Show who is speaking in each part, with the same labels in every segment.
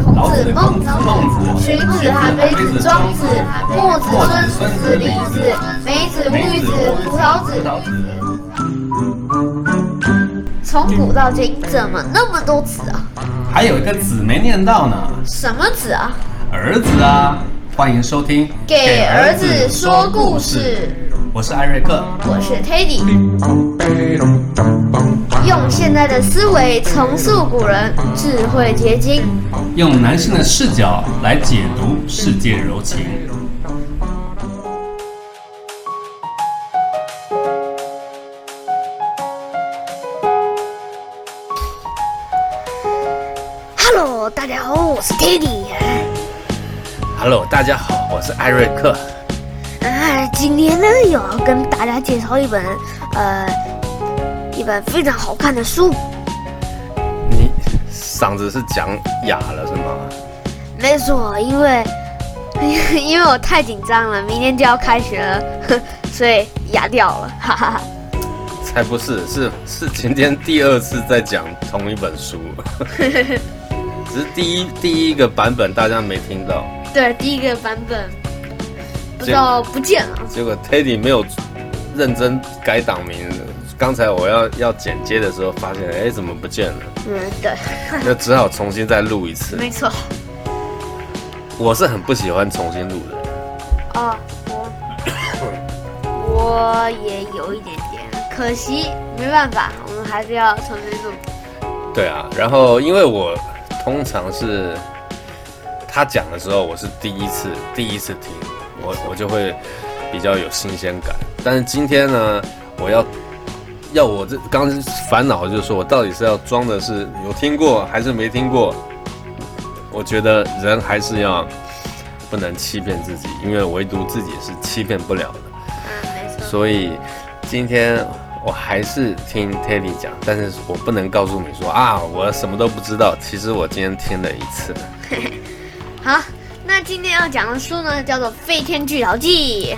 Speaker 1: 孟子、荀子、韩非子、庄子、墨子、孙子、李子、梅子、木子、葡萄子。从古到今，怎么那么多子啊？
Speaker 2: 还有一个子没念到呢，
Speaker 1: 什么子啊？
Speaker 2: 儿子啊！欢迎收听《
Speaker 1: 给儿子说故事》，
Speaker 2: 我是艾瑞克。
Speaker 1: 我是 Teddy。用现在的思维重塑古人智慧结晶。
Speaker 2: 用男性的视角来解读世界柔情。
Speaker 1: Hello，大家好，我是 Teddy。
Speaker 2: Hello，大家好，我是艾瑞克。
Speaker 1: 哎，今天呢，有要跟大家介绍一本呃一本非常好看的书。
Speaker 3: 你嗓子是讲哑了是吗？
Speaker 1: 没错，因为哎因为我太紧张了，明天就要开学了， 呵所以哑掉了， 哈哈哈。
Speaker 3: 才不是，是是今天第二次在讲同一本书， 只是第一第一个版本大家没听到，
Speaker 1: 对，第一个版本不知
Speaker 3: 结
Speaker 1: 道不见了。
Speaker 3: 结果 Teddy 没有认真改档名字。刚才我要要剪接的时候，发现哎、怎么不见了？
Speaker 1: 嗯，对，
Speaker 3: 那只好重新再录一次。
Speaker 1: 没错。
Speaker 3: 我是很不喜欢重新录的，
Speaker 1: 哦，我我也有一点点，可惜没办法，我们还是要重新录。
Speaker 3: 对啊。然后因为我通常是他讲的时候，我是第一次第一次听，我我就会比较有新鲜感。但是今天呢，我要要我这刚刚烦恼就是说我到底是要装的是有听过还是没听过？我觉得人还是要不能欺骗自己，因为唯独自己是欺骗不了的。
Speaker 1: 嗯，没错。
Speaker 3: 所以今天我还是听 Teddy 讲，但是我不能告诉你说啊，我什么都不知道。其实我今天听了一次，
Speaker 1: 好，那今天要讲的书呢，叫做《飞天巨鸟记》。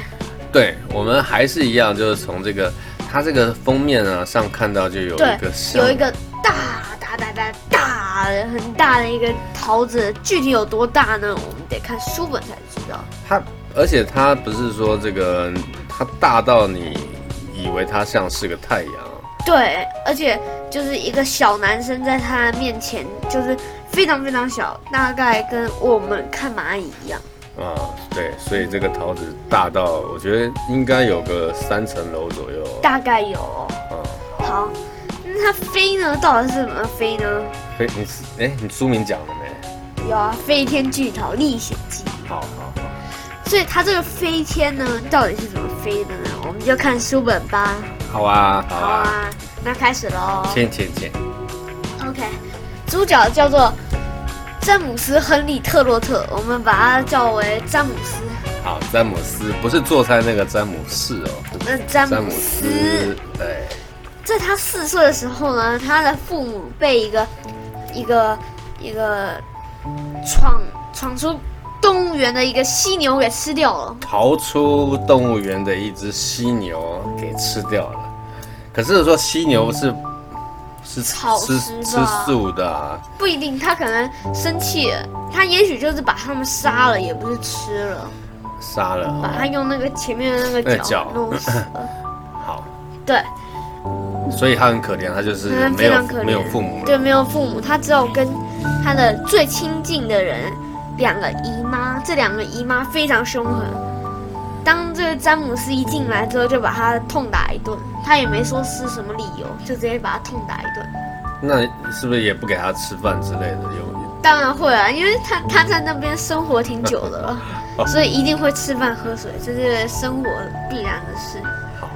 Speaker 3: 对我们还是一样，就是从这个它这个封面啊上看到就有一
Speaker 1: 对
Speaker 3: 个，像
Speaker 1: 有一个大大大大大的很大的一个桃子，具体有多大呢？我们得看书本才知道。
Speaker 3: 它，而且它不是说这个它大到你以为它像是个太阳，
Speaker 1: 对，而且就是一个小男生在他的面前，就是非常非常小，大概跟我们看蚂蚁一样。
Speaker 3: 啊，对，所以这个桃子大到我觉得应该有个三层楼左右，
Speaker 1: 大概有哦、
Speaker 3: 啊，
Speaker 1: 好，那它飞呢？到底是怎么飞呢？
Speaker 3: 可以，你是哎，你书名讲了没？
Speaker 1: 有啊，《飞天巨桃历险记
Speaker 3: 好好。》。
Speaker 1: 所以它这个飞天呢，到底是怎么飞的呢？我们就看书本吧。
Speaker 3: 好啊，好
Speaker 1: 好
Speaker 3: 啊，
Speaker 1: 啊，那开始喽。
Speaker 3: 请请请，
Speaker 1: OK，主角叫做詹姆斯·亨利·特洛特，我们把它叫为詹姆斯。
Speaker 3: 好，詹姆斯不是做菜那个詹姆士
Speaker 1: 那
Speaker 3: 哦，
Speaker 1: 呃詹姆斯
Speaker 3: 对，
Speaker 1: 在他四岁的时候呢，他的父母被一个一个一个闯闯出动物园的一个犀牛给吃掉了。
Speaker 3: 逃出动物园的一只犀牛给吃掉了。可是说犀牛是是
Speaker 1: 草
Speaker 3: 吃
Speaker 1: 食
Speaker 3: 吃
Speaker 1: 吧
Speaker 3: 素的啊，
Speaker 1: 不一定，他可能生气了，他也许就是把他们杀了，也不是吃了，
Speaker 3: 杀了
Speaker 1: 把
Speaker 3: 哦。
Speaker 1: 他用那个前面的那个
Speaker 3: 那
Speaker 1: 脚
Speaker 3: 脚
Speaker 1: 弄死了。
Speaker 3: 好，
Speaker 1: 对，
Speaker 3: 所以他很可怜，他就是
Speaker 1: 嗯
Speaker 3: 没
Speaker 1: 非常可
Speaker 3: 有
Speaker 1: 怜
Speaker 3: 没有父母
Speaker 1: 对，
Speaker 3: 了。
Speaker 1: 没有父母，他只有跟他的最亲近的人，两个姨妈。这两个姨妈非常凶狠，当这个詹姆斯一进来之后，就把他痛打一顿。他也没说是什么理由，就直接把他痛打一顿。
Speaker 3: 那是不是也不给他吃饭之类的？有
Speaker 1: 当然会啊，因为他他在那边生活挺久的 了，所以一定会吃饭喝水，这是生活必然的事。
Speaker 3: 好，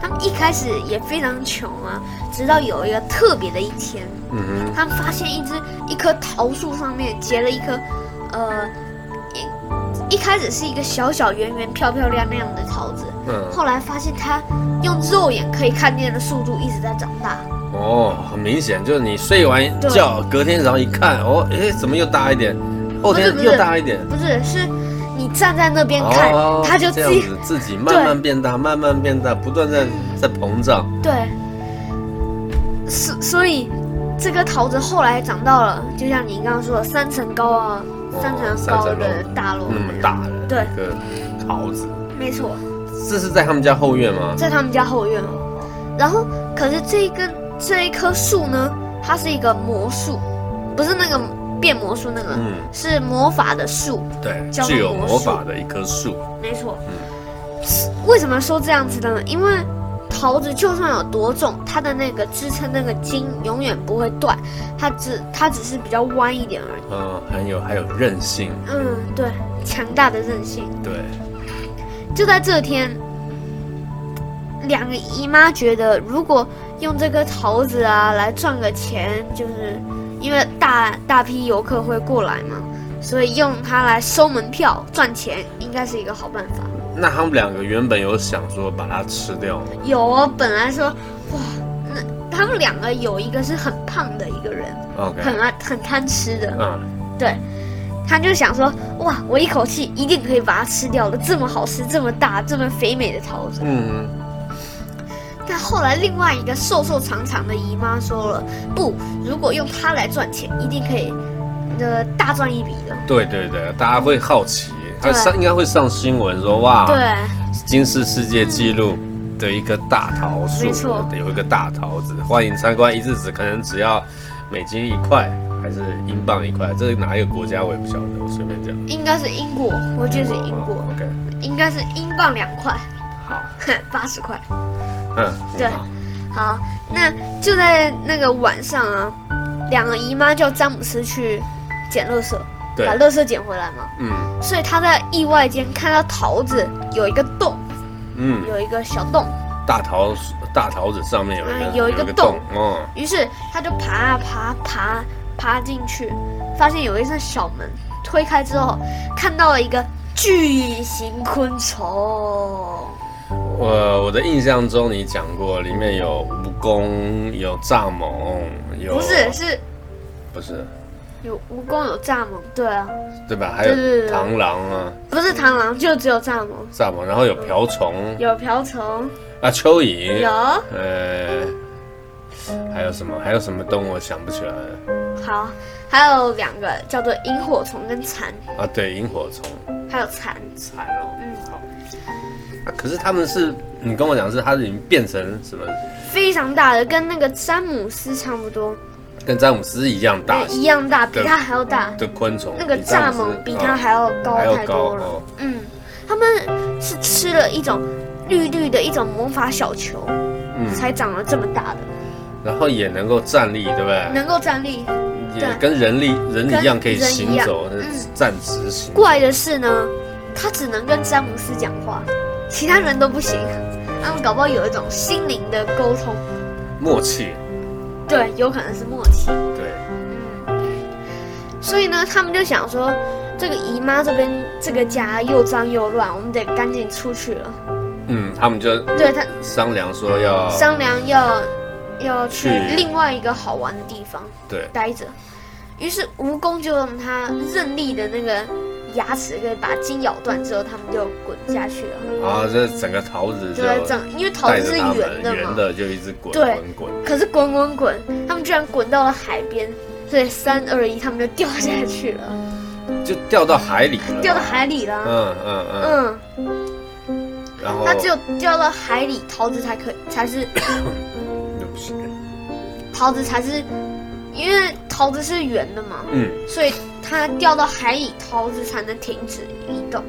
Speaker 1: 他们一开始也非常穷啊，直到有一个特别的一天，
Speaker 3: 嗯
Speaker 1: 他们发现一只一棵桃树上面结了一颗，呃，一一开始是一个小小圆圆、漂漂亮亮的桃子，
Speaker 3: 哼，嗯，
Speaker 1: 后来发现它用肉眼可以看见的速度一直在长大。
Speaker 3: 哦，很明显就是你睡完
Speaker 1: 对
Speaker 3: 觉，隔天早上一看，哦，诶，怎么又大一点？后天
Speaker 1: 不是不是
Speaker 3: 又大一点。
Speaker 1: 不是，是你站在那边看，
Speaker 3: 哦
Speaker 1: 它就
Speaker 3: 这
Speaker 1: 自
Speaker 3: 样
Speaker 1: 己
Speaker 3: 子自己慢慢变大，慢慢变大，不断在在膨胀。
Speaker 1: 对，所所以这个桃子后来长到了，就像你刚刚说的三层高啊，三层
Speaker 4: 三
Speaker 1: 高
Speaker 4: 层
Speaker 1: 的
Speaker 4: 楼
Speaker 1: 大楼，
Speaker 4: 那么
Speaker 3: 嗯
Speaker 4: 大的
Speaker 1: 对
Speaker 4: 一个桃子，
Speaker 1: 没错，
Speaker 4: 这是在他们家后院吗？
Speaker 1: 在他们家后院哦。然后，可是这一根这一棵树呢，它是一个魔术，不是那个变魔术那个，
Speaker 4: 嗯，
Speaker 1: 是魔法的术，
Speaker 4: 对，
Speaker 1: 叫做
Speaker 4: 具有魔
Speaker 1: 魔术
Speaker 4: 法的一棵树，
Speaker 1: 没错。嗯为什么说这样子的呢？因为桃子就算有多重，它的那个支撑那个筋永远不会断，它只它只是比较弯一点而已。
Speaker 4: 嗯，很有还有韧性，
Speaker 1: 嗯，对，强大的韧性。
Speaker 4: 对，
Speaker 1: 就在这天，两个姨妈觉得，如果用这棵桃子啊来赚个钱，就是因为大大批游客会过来嘛，所以用它来收门票赚钱，应该是一个好办法。
Speaker 4: 那他们两个原本有想说把它吃掉吗？
Speaker 1: 有哦，本来说，哇，那他们两个有一个是很胖的一个人，
Speaker 4: OK，
Speaker 1: 很爱很贪吃的，
Speaker 4: 嗯，
Speaker 1: 对，他就想说，哇，我一口气一定可以把它吃掉的，这么好吃，这么大，这么肥美的桃子。
Speaker 4: 嗯，
Speaker 1: 但后来另外一个瘦瘦长长的姨妈说了，不，如果用它来赚钱，一定可以，呃，大赚一笔的。
Speaker 4: 对对对，大家会好奇，他
Speaker 1: 对
Speaker 4: 上应该会上新闻说哇，
Speaker 1: 对，
Speaker 4: 金氏世界纪录的一棵大桃树，
Speaker 1: 没错
Speaker 4: 有一个大桃子，欢迎参观，一日只可能只要美金一块还是英镑一块，这是哪一个国家我也不晓得，我随便讲，哦
Speaker 1: 应该是英国，我记得是英国，
Speaker 4: ，OK，
Speaker 1: 应该是英镑两块，
Speaker 4: 好，
Speaker 1: 八十块。
Speaker 4: 嗯，
Speaker 1: 对
Speaker 4: 好
Speaker 1: 好，那就在那个晚上啊，两个姨妈叫詹姆斯去捡垃圾，把
Speaker 4: 对，
Speaker 1: 垃圾捡回来嘛。
Speaker 4: 嗯
Speaker 1: 所以他在意外间看到桃子有一个洞，
Speaker 4: 嗯，
Speaker 1: 有一个小洞，
Speaker 4: 大桃大桃子上面有一个
Speaker 1: 嗯有一个洞，
Speaker 4: 哦，
Speaker 1: 于是他就爬啊爬爬爬进去，发现有一扇小门，推开之后看到了一个巨型昆虫。
Speaker 4: 我我的印象中，你讲过里面有蜈蚣，有蚱蜢，有
Speaker 1: 不是，是
Speaker 4: 不是
Speaker 1: 有蜈蚣有蚱蜢，对啊，
Speaker 4: 对吧？还有
Speaker 1: 对对对
Speaker 4: 螳螂啊，
Speaker 1: 不是螳螂就只有蚱蜢，
Speaker 4: 蚱蜢，然后有瓢虫
Speaker 1: 有瓢虫，
Speaker 4: 啊，蚯蚓，
Speaker 1: 有。
Speaker 4: 呃，还有什么？还有什么动物我想不起来了
Speaker 1: 好，还有两个叫做萤火虫跟蚕，
Speaker 4: 啊？对，萤火虫，
Speaker 1: 还有蚕。
Speaker 4: 蚕哦，
Speaker 1: 嗯
Speaker 4: 好。啊可是他们是，你跟我讲是它已经变成什么，
Speaker 1: 非常大的，跟那个詹姆斯差不多，
Speaker 4: 跟詹姆斯一样大
Speaker 1: 对一样大，比
Speaker 4: 对
Speaker 1: 它还要大。
Speaker 4: 的昆虫，
Speaker 1: 那个
Speaker 4: 比
Speaker 1: 蚱
Speaker 4: 詹姆斯
Speaker 1: 蜢比
Speaker 4: 啊
Speaker 1: 它还要高
Speaker 4: 还要
Speaker 1: 太
Speaker 4: 高
Speaker 1: 多了。
Speaker 4: 哦，
Speaker 1: 嗯，他们是吃了一种绿绿的一种魔法小球，
Speaker 4: 嗯，
Speaker 1: 才长了这么大的，
Speaker 4: 然后也能够站立，对不对？
Speaker 1: 能够站立。
Speaker 4: 也
Speaker 1: 对
Speaker 4: 跟人力人一样可以
Speaker 1: 跟人
Speaker 4: 行
Speaker 1: 一样
Speaker 4: 走，那
Speaker 1: 嗯
Speaker 4: 站直行。
Speaker 1: 怪的是呢，它只能跟詹姆斯讲话，其他人都不行。 他们搞不好有一种心灵的沟通，
Speaker 4: 默契，
Speaker 1: 对，有可能是默契。
Speaker 4: 对，
Speaker 1: 所以呢，他们就想说，这个姨妈这边这个家又脏又乱，我们得赶紧出去了。
Speaker 4: 嗯，他们就
Speaker 1: 对他
Speaker 4: 商量说要
Speaker 1: 商量要要去
Speaker 4: 哦去
Speaker 1: 另外一个好玩的地方
Speaker 4: 对，
Speaker 1: 待着，于是蜈蚣就用它锐利的那个牙齿给把筋咬断之后，他们就滚下去了。
Speaker 4: 然后这整个桃子
Speaker 1: 就
Speaker 4: 就
Speaker 1: 在整，因为桃
Speaker 4: 带
Speaker 1: 子
Speaker 4: 着
Speaker 1: 是
Speaker 4: 他
Speaker 1: 圆
Speaker 4: 们
Speaker 1: 的
Speaker 4: 圆
Speaker 1: 嘛，
Speaker 4: 的就一直滚
Speaker 1: 对
Speaker 4: 滚滚，
Speaker 1: 可是滚滚滚，他们居然滚到了海边，所以三二一，他们就掉下去
Speaker 4: 嗯
Speaker 1: 了，
Speaker 4: 就掉到海里了，
Speaker 1: 掉到海里了。
Speaker 4: 嗯嗯嗯，哦
Speaker 1: 嗯。
Speaker 4: 然后
Speaker 1: 它只有掉到海里，桃子才可才是
Speaker 4: 对不起，
Speaker 1: 桃子才是，因为桃子是圆的嘛，
Speaker 4: 嗯，
Speaker 1: 所以它掉到海里，桃子才能停止移动，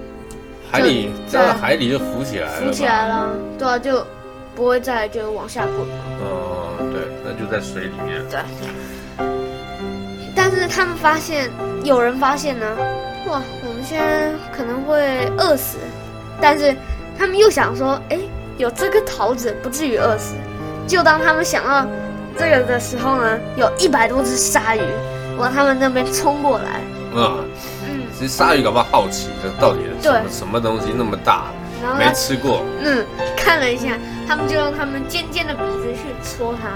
Speaker 4: 海里
Speaker 1: 就
Speaker 4: 掉到海里就浮起来了，
Speaker 1: 浮起来，了，对啊，就不会再就往下滚了。
Speaker 4: 嗯，对，那就在水里面，
Speaker 1: 对。但是他们发现，有人发现呢，哇，我们现在可能会饿死，但是他们又想说，哎，有这个桃子不至于饿死。就当他们想到这个的时候呢，有一百多只鲨鱼往他们那边冲过来，
Speaker 4: 嗯，
Speaker 1: 嗯，
Speaker 4: 其实鲨鱼搞不好好奇，这到底是什么
Speaker 1: 对
Speaker 4: 什么东西那么大，
Speaker 1: 然后
Speaker 4: 没
Speaker 1: 他
Speaker 4: 吃过，
Speaker 1: 嗯看了一下，他们就用他们尖尖的鼻子去戳它。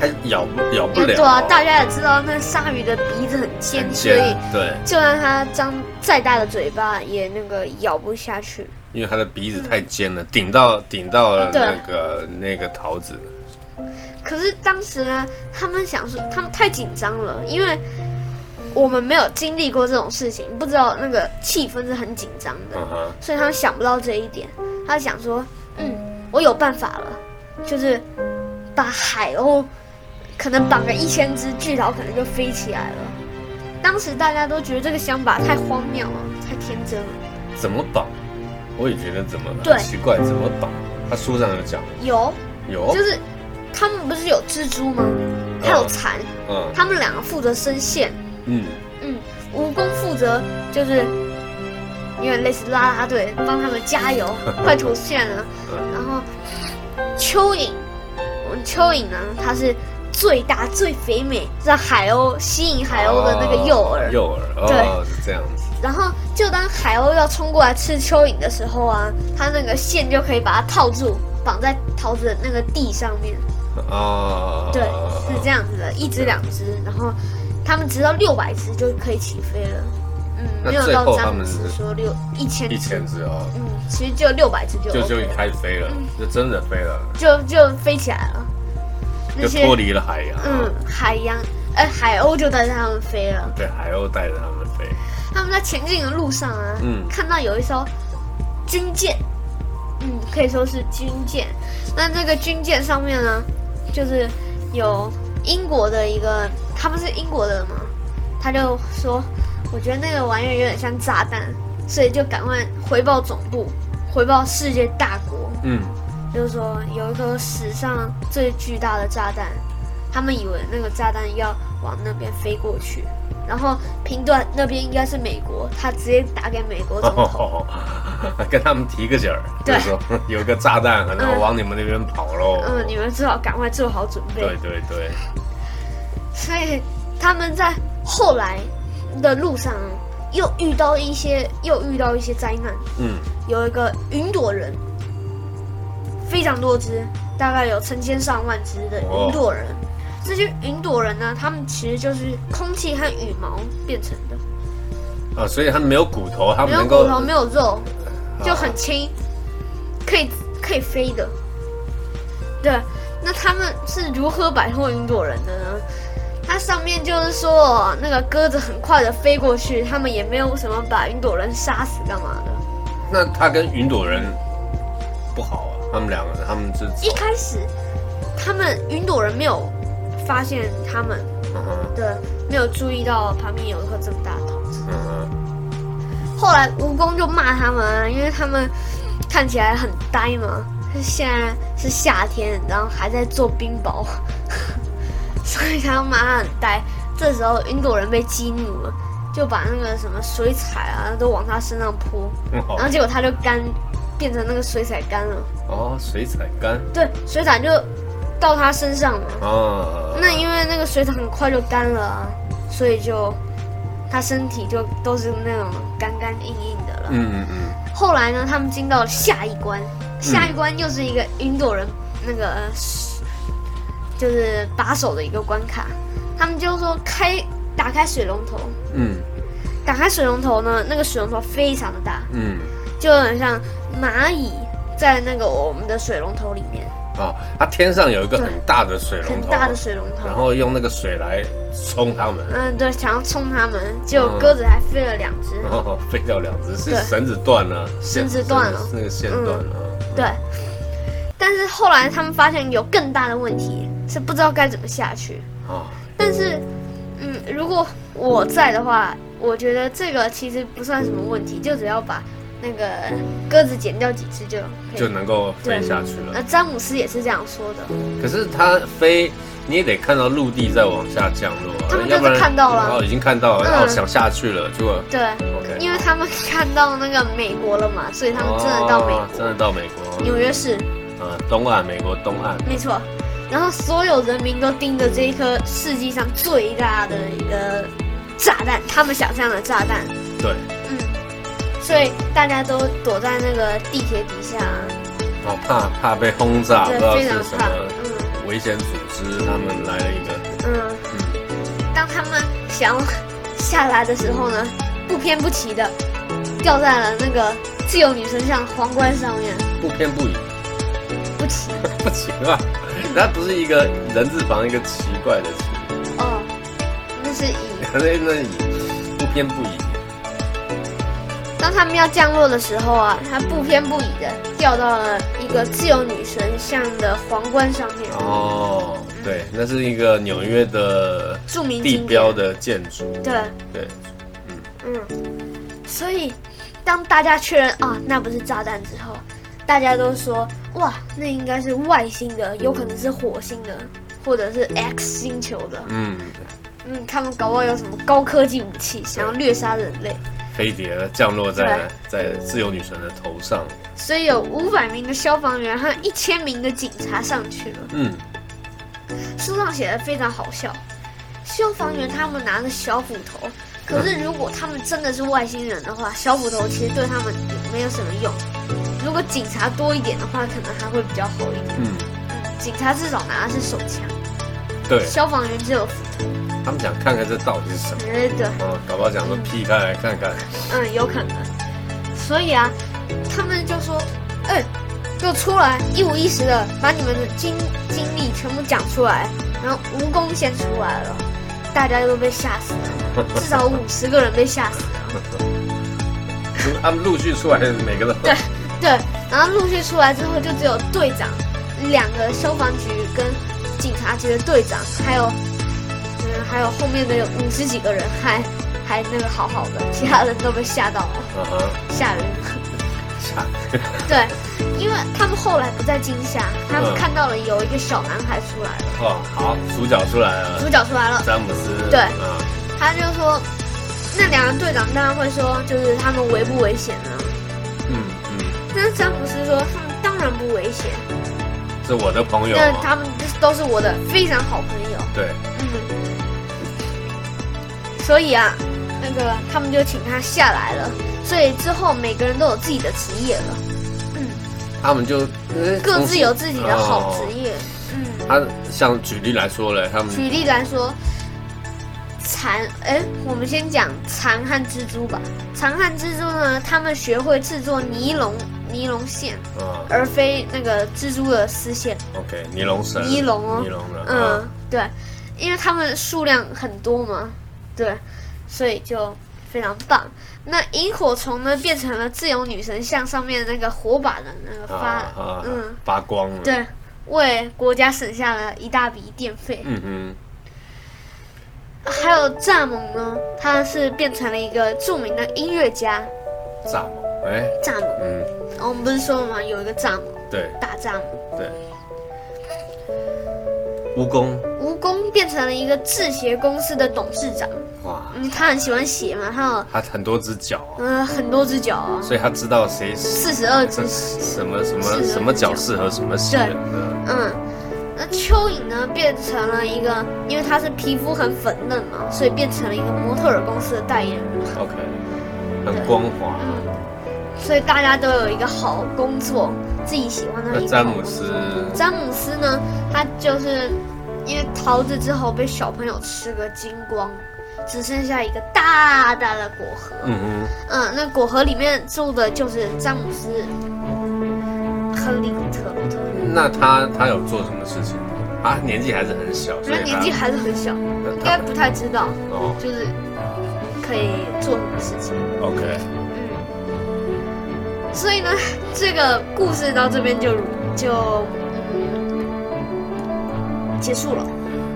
Speaker 4: 还咬不咬不
Speaker 1: 因为
Speaker 4: 了，哦
Speaker 1: 对啊，大家也知道那鲨鱼的鼻子很尖，
Speaker 4: 很
Speaker 1: 所以
Speaker 4: 尖，对，
Speaker 1: 就算它张再大的嘴巴，也那个咬不下去。
Speaker 4: 因为它的鼻子太尖了，顶到顶到了
Speaker 1: 对
Speaker 4: 那个那个桃子，
Speaker 1: 可是当时呢，他们想说，他们太紧张了，因为我们没有经历过这种事情，不知道那个气氛是很紧张的，
Speaker 4: 嗯哼，
Speaker 1: 所以他们想不到这一点。他就想说，嗯，我有办法了，就是把海鸥可能绑个一千只巨岛，可能就飞起来了。当时大家都觉得这个想法太荒谬了，太天真了。
Speaker 4: 怎么绑？我也觉得怎么
Speaker 1: 对
Speaker 4: 很奇怪，怎么绑？他书上有讲，
Speaker 1: 有，
Speaker 4: 有
Speaker 1: 就，是他们不是有蜘蛛吗？还有蚕，
Speaker 4: 哦嗯
Speaker 1: 他们两个负责生线，
Speaker 4: 嗯，
Speaker 1: 嗯，蜈蚣负责就是有点类似啦啦队，帮他们加 油，快出现了。
Speaker 4: 嗯
Speaker 1: 然后蚯蚓，我们蚯蚓呢，它是最大最肥美，让海鸥吸引海鸥的那个诱饵。
Speaker 4: 哦诱饵，哦，是这样子，
Speaker 1: 然后就当海鸥要冲过来吃蚯蚓的时候啊，它那个线就可以把它套住，绑在桃子的那个地上面。
Speaker 4: 哦，
Speaker 1: 对，是这样子的，一只两只，然后他们直到六百只就可以起飞了。嗯，
Speaker 4: 那
Speaker 1: 没有
Speaker 4: 最
Speaker 1: 到
Speaker 4: 后
Speaker 1: 詹
Speaker 4: 他
Speaker 1: 姆
Speaker 4: 们
Speaker 1: 斯说六一千
Speaker 4: 一千只哦，
Speaker 1: 嗯，其实就六百只就
Speaker 4: 就
Speaker 1: OK
Speaker 4: 就
Speaker 1: 了
Speaker 4: 开始飞
Speaker 1: 嗯
Speaker 4: 了，就真的飞了，
Speaker 1: 就就飞起来了。那
Speaker 4: 就
Speaker 1: 些
Speaker 4: 脱离了海洋，
Speaker 1: 嗯，海洋呃海鸥就带着它们飞了。
Speaker 4: 对，海鸥带着他们飞，
Speaker 1: 他们在前进的路上啊，
Speaker 4: 嗯
Speaker 1: 看到有一艘军舰，嗯，可以说是军舰。那这个军舰上面呢，就是有英国的一个，他们是英国的嘛，他就说，我觉得那个玩意儿有点像炸弹，所以就赶快回报总部，回报世界大国，
Speaker 4: 嗯，
Speaker 1: 就是说有一颗史上最巨大的炸弹，他们以为那个炸弹要往那边飞过去，然后评断那边应该是美国，他直接打给美国总 统。
Speaker 4: 跟他们提个醒儿，就
Speaker 1: 对
Speaker 4: 是说有个炸弹可能
Speaker 1: 嗯
Speaker 4: 往你们那边跑喽，
Speaker 1: 嗯，你们最好赶快做好准
Speaker 4: 对
Speaker 1: 备。
Speaker 4: 对对，
Speaker 1: 所以他们在后来的路上又遇到一些又遇到一些灾难，
Speaker 4: 嗯，
Speaker 1: 有一个云朵人，非常多只，大概有成千上万只的云朵人。这些云朵人呢，他们其实就是空气和羽毛变成的，
Speaker 4: 啊，所以他们没有骨头，他
Speaker 1: 没
Speaker 4: 们
Speaker 1: 有
Speaker 4: 能
Speaker 1: 骨
Speaker 4: 够
Speaker 1: 头，没有肉，
Speaker 4: 啊
Speaker 1: 就很轻，可以可以飞的。对，那他们是如何摆脱云朵人的呢？它上面就是说，那个鸽子很快的飞过去，他们也没有什么把云朵人杀死干嘛的。
Speaker 4: 那他跟云朵人不好啊，他们两个人，他们是
Speaker 1: 一开始，他们云朵人没有发现他们
Speaker 4: 嗯哼
Speaker 1: 的，没有注意到旁边有一颗这么大的桶子。
Speaker 4: 嗯哼
Speaker 1: 后来蜈蚣就骂他们啊，因为他们看起来很呆嘛。现在是夏天，然后还在做冰雹， 所以他骂他很呆。这时候云朵人被激怒了，就把那个什么水彩啊都往他身上泼，
Speaker 4: 嗯好
Speaker 1: 然后结果他就干，变成那个水彩干了。
Speaker 4: 哦，水彩干
Speaker 1: 对，水彩就到他身上了。
Speaker 4: 啊，
Speaker 1: 那因为那个水桶很快就干了、啊，所以就他身体就都是那种干干硬硬的了。
Speaker 4: 嗯嗯嗯，
Speaker 1: 后来呢，他们进到了下一关，下一关又是一个云朵人那个呃就是把手的一个关卡，他们就说开打开水龙头，
Speaker 4: 嗯
Speaker 1: 打开水龙头呢，那个水龙头非常的大，
Speaker 4: 嗯
Speaker 1: 就很像蚂蚁在那个我们的水龙头里面，
Speaker 4: 啊，它天上有一个
Speaker 1: 对
Speaker 4: 很大的水龙
Speaker 1: 很
Speaker 4: 头，
Speaker 1: 大的水龙头，
Speaker 4: 然后用那个水来冲他们，
Speaker 1: 嗯，对，想要冲他们，结果
Speaker 4: 嗯
Speaker 1: 鸽子还飞了两只。
Speaker 4: 然后飞掉两只，是
Speaker 1: 对
Speaker 4: 绳子断了，
Speaker 1: 绳子断了
Speaker 4: 线那个线断了，
Speaker 1: 对，但是后来他们发现有更大的问题，是不知道该怎么下去。
Speaker 4: 啊，
Speaker 1: 但是，嗯，如果我在的话，我觉得这个其实不算什么问题，就只要把那个鸽子剪掉几只就可
Speaker 4: 就
Speaker 1: 以。
Speaker 4: 能够飞下去
Speaker 1: 那
Speaker 4: 了。
Speaker 1: 詹姆斯也是这样说的，
Speaker 4: 可是它飞，你也得看到陆地在往下降落啊，
Speaker 1: 他们就是
Speaker 4: 要不然
Speaker 1: 看到了
Speaker 4: 哦，已经看到了，
Speaker 1: 嗯
Speaker 4: 然后想下去了，结果
Speaker 1: 对，
Speaker 4: OK，
Speaker 1: 因为他们看到那个美国了嘛，所以他们真的到美
Speaker 4: 哦真的
Speaker 1: 国，
Speaker 4: 到美国，
Speaker 1: 纽约市，
Speaker 4: 啊，东岸，美国东岸，
Speaker 1: 没错。然后所有人民都盯着这一颗世界上最大的一个炸弹，他们想象的炸弹。
Speaker 4: 对，
Speaker 1: 嗯，所以大家都躲在那个地铁底下，
Speaker 4: 然后哦怕怕被轰炸，啊不
Speaker 1: 对
Speaker 4: 知，道
Speaker 1: 非
Speaker 4: 是
Speaker 1: 常
Speaker 4: 什
Speaker 1: 怕。
Speaker 4: 么危险组织，他们来了一个，
Speaker 1: 嗯嗯，当他们想要下来的时候呢，不偏不骑的掉在了那个自由女神像皇冠上面，
Speaker 4: 不偏不倚，
Speaker 1: 不骑。
Speaker 4: 不行啊， 它不是一个人字旁一个奇怪的奇，
Speaker 1: 哦，那是乙，
Speaker 4: 那那也不偏不倚。
Speaker 1: 当他们要降落的时候啊，他不偏不倚的掉到了一个自由女神像的皇冠上面，
Speaker 4: 哦，对，那是一个纽约的
Speaker 1: 著名
Speaker 4: 地
Speaker 1: 景点
Speaker 4: 标的建筑。
Speaker 1: 对，
Speaker 4: 对，
Speaker 1: 嗯，所以当大家确认啊那不是炸弹之后，大家都说哇那应该是外星的，有可能是火星的，或者是 X 星球的。
Speaker 4: 嗯，
Speaker 1: 嗯，他们搞不好有什么高科技武器，想要掠杀人类。
Speaker 4: 飞碟降落在在自由女神的头上。
Speaker 1: 所以有五百名的消防员和一千名的警察上去了。
Speaker 4: 嗯，
Speaker 1: 书上写的非常好笑，消防员他们拿着小斧
Speaker 4: 嗯
Speaker 1: 头，可是如果他们真的是外星人的话，小斧头其实对他们也没有什么用。如果警察多一点的话，可能还会比较好一点。
Speaker 4: 嗯，
Speaker 1: 警察至少拿的是手枪，
Speaker 4: 对
Speaker 1: 消防员只有斧
Speaker 4: 他们想看看这到底是什么
Speaker 1: 头。。对对，
Speaker 4: 哦，搞不好想说劈开来看看。
Speaker 1: 嗯，有可能。所以啊，他们就说，嗯、给我出来，一五一十的把你们的经经历全部讲出来。然后蜈蚣先出来了，大家都被吓死了，至少五十个人被吓死了。
Speaker 4: 他们陆续出来，每个都
Speaker 1: 对对，然后陆续出来之后，就只有队长、两个消防局跟警察局的队长，还有嗯，还有后面的有五十几个人还还那个好好的，其他人都被吓到了，
Speaker 4: 啊哈，
Speaker 1: 吓人。
Speaker 4: 吓
Speaker 1: 对，因为他们后来不在惊吓，他们
Speaker 4: 嗯
Speaker 1: 看到了有一个小男孩出来了，
Speaker 4: 哦，好，主角出来
Speaker 1: 主
Speaker 4: 了，
Speaker 1: 角出来了，
Speaker 4: 詹姆斯。
Speaker 1: 对
Speaker 4: 啊，
Speaker 1: 他就说，那两个队长当然会说，就是他们危不危险呢？
Speaker 4: 嗯嗯，
Speaker 1: 但是詹姆斯说，他们当然不危险，
Speaker 4: 是我的朋友
Speaker 1: 那
Speaker 4: 哦。
Speaker 1: 他们都是我的非常好朋友。
Speaker 4: 对，
Speaker 1: 嗯，所以啊，那个他们就请他下来了。所以之后每个人都有自己的职业了，嗯，
Speaker 4: 他们就呃
Speaker 1: 各自有自己
Speaker 4: 哦
Speaker 1: 的好职。业。嗯，
Speaker 4: 他像举例来说嘞，他们
Speaker 1: 举例来说，蚕，哎，我们先讲蚕和蜘蛛吧。蚕和蜘蛛呢，他们学会制作尼龙尼龙线，
Speaker 4: 啊
Speaker 1: 而非那个蜘蛛的丝线。
Speaker 4: ，OK，尼龙绳，
Speaker 1: 尼龙哦
Speaker 4: 尼龙的，
Speaker 1: 嗯
Speaker 4: 嗯，，
Speaker 1: 对，因为他们数量很多嘛，对，所以就非常棒。那萤火虫呢，变成了自由女神像上面那个火把的那个
Speaker 4: 啊
Speaker 1: 发，
Speaker 4: 啊，
Speaker 1: 嗯，
Speaker 4: 发光了，，
Speaker 1: 对，为国家省下了一大笔电费。
Speaker 4: 嗯哼，
Speaker 1: 还有蚱蜢呢，它是变成了一个著名的音乐家。
Speaker 4: 蚱蜢，哎，
Speaker 1: 蚱蜢，哦
Speaker 4: 嗯，
Speaker 1: 我们不是说了吗？有一个蚱蜢，
Speaker 4: 对
Speaker 1: 大蚱蜢。
Speaker 4: 对，蜈蚣，
Speaker 1: 蜈蚣变成了一个制鞋公司的董事长。
Speaker 4: 哇，
Speaker 1: 嗯，他很喜欢鞋嘛，他有
Speaker 4: 它很多只脚哦，
Speaker 1: 嗯、很多只脚啊。
Speaker 4: 所以他知道谁
Speaker 1: 四十二只
Speaker 4: 这
Speaker 1: 鞋。
Speaker 4: 什么什
Speaker 1: 是
Speaker 4: 么
Speaker 1: 的
Speaker 4: 什么脚适合什么鞋
Speaker 1: 对
Speaker 4: 的，
Speaker 1: 嗯，那蚯蚓呢变成了一个，因为它是皮肤很粉嫩嘛，所以变成了一个模特儿公司的代言人。
Speaker 4: ，OK，很光滑。
Speaker 1: 嗯，所以大家都有一个好工作，自己喜欢的
Speaker 4: 那
Speaker 1: 一个
Speaker 4: 詹
Speaker 1: 好
Speaker 4: 姆
Speaker 1: 工作。
Speaker 4: 斯，
Speaker 1: 詹姆斯呢，他就是因为桃子之后被小朋友吃个精光，只剩下一个大大的果核。
Speaker 4: 嗯
Speaker 1: 嗯，那果核里面住的就是詹姆斯、亨利特洛特。
Speaker 4: 哼，那他他有做什么事情？他年纪还是很小，所
Speaker 1: 他
Speaker 4: 以
Speaker 1: 年
Speaker 4: 他
Speaker 1: 纪还是很小，应该不太知道，
Speaker 4: 哦
Speaker 1: 就是可以做什么事情。
Speaker 4: ，OK，
Speaker 1: 嗯，所以呢，这个故事到这边就就嗯结束了。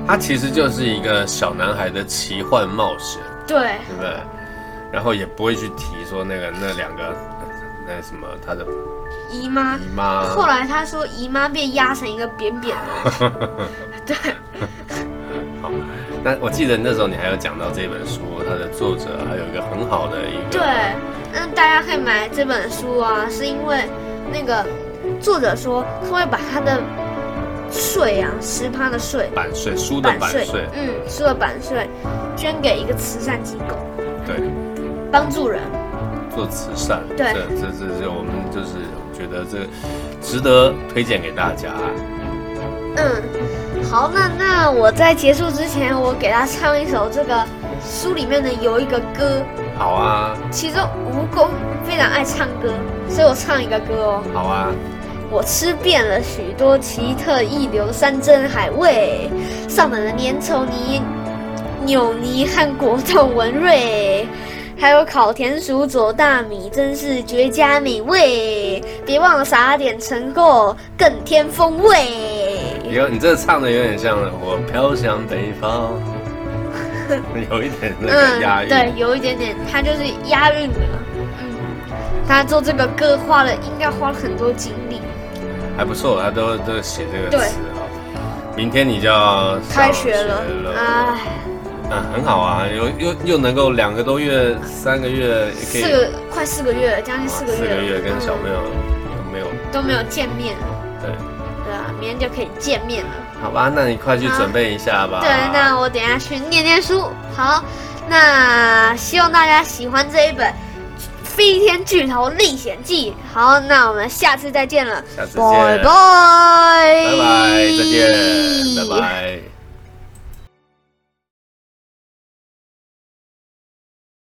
Speaker 4: 他其实就是一个小男孩的奇幻冒险，
Speaker 1: 对，
Speaker 4: 对不对？然后也不会去提说那个那两个那什么他的
Speaker 1: 姨妈。
Speaker 4: 姨妈，
Speaker 1: 后来他说姨妈被压成一个扁扁的，对，
Speaker 4: 那我记得那时候你还有讲到这本书，它的作者还有一个很好的一个
Speaker 1: 对，那大家可以买这本书啊，是因为那个作者说他会把他的税啊，十趴的税
Speaker 4: 版税书的
Speaker 1: 版
Speaker 4: 版
Speaker 1: 税，
Speaker 4: 税，
Speaker 1: 嗯，输了版税，捐给一个慈善机构，
Speaker 4: 对，
Speaker 1: 帮助人。
Speaker 4: 做慈善，
Speaker 1: 对
Speaker 4: 这这这这我们就是觉得这值得推荐给大家。
Speaker 1: 嗯，好，那那我在结束之前，我给他唱一首这个书里面的有一个歌，
Speaker 4: 好啊，
Speaker 1: 其中蜈蚣非常爱唱歌，所以我唱一个歌哦。
Speaker 4: 好啊，
Speaker 1: 我吃遍了许多奇特异流山珍海味，上满了粘稠泥扭捏和果冻文瑞，还有烤田鼠佐大米，真是绝佳美味。别忘了撒点橙购，更添风味。
Speaker 4: 有你这唱的有点像我飘向北 方，有一点那个押
Speaker 1: 嗯
Speaker 4: 韵。
Speaker 1: 对，有一点点，它就是押韵的。嗯，他做这个歌花了，应该花了很多精力。
Speaker 4: 还不错，他都都写这个
Speaker 1: 对
Speaker 4: 词啊。明天你就要上
Speaker 1: 开学
Speaker 4: 了
Speaker 1: 了，，哎，
Speaker 4: 嗯，很好啊，又又又能够两个多月、三个月，可以啊
Speaker 1: 四个快四个月，将近四个月
Speaker 4: 四
Speaker 1: 了，
Speaker 4: 个月跟小
Speaker 1: 嗯
Speaker 4: 朋友有没有
Speaker 1: 都没有见面，
Speaker 4: 对，
Speaker 1: 对啊，明天就可以见面了。
Speaker 4: 好吧，那你快去准备一下吧。
Speaker 1: 对，那我等一下去念念书。好，那希望大家喜欢这一本《飞天巨头历险记》。好，那我们下次再见了，
Speaker 4: 下次见，
Speaker 1: 拜拜，
Speaker 4: 拜
Speaker 1: 拜
Speaker 4: 拜，再见，拜。拜。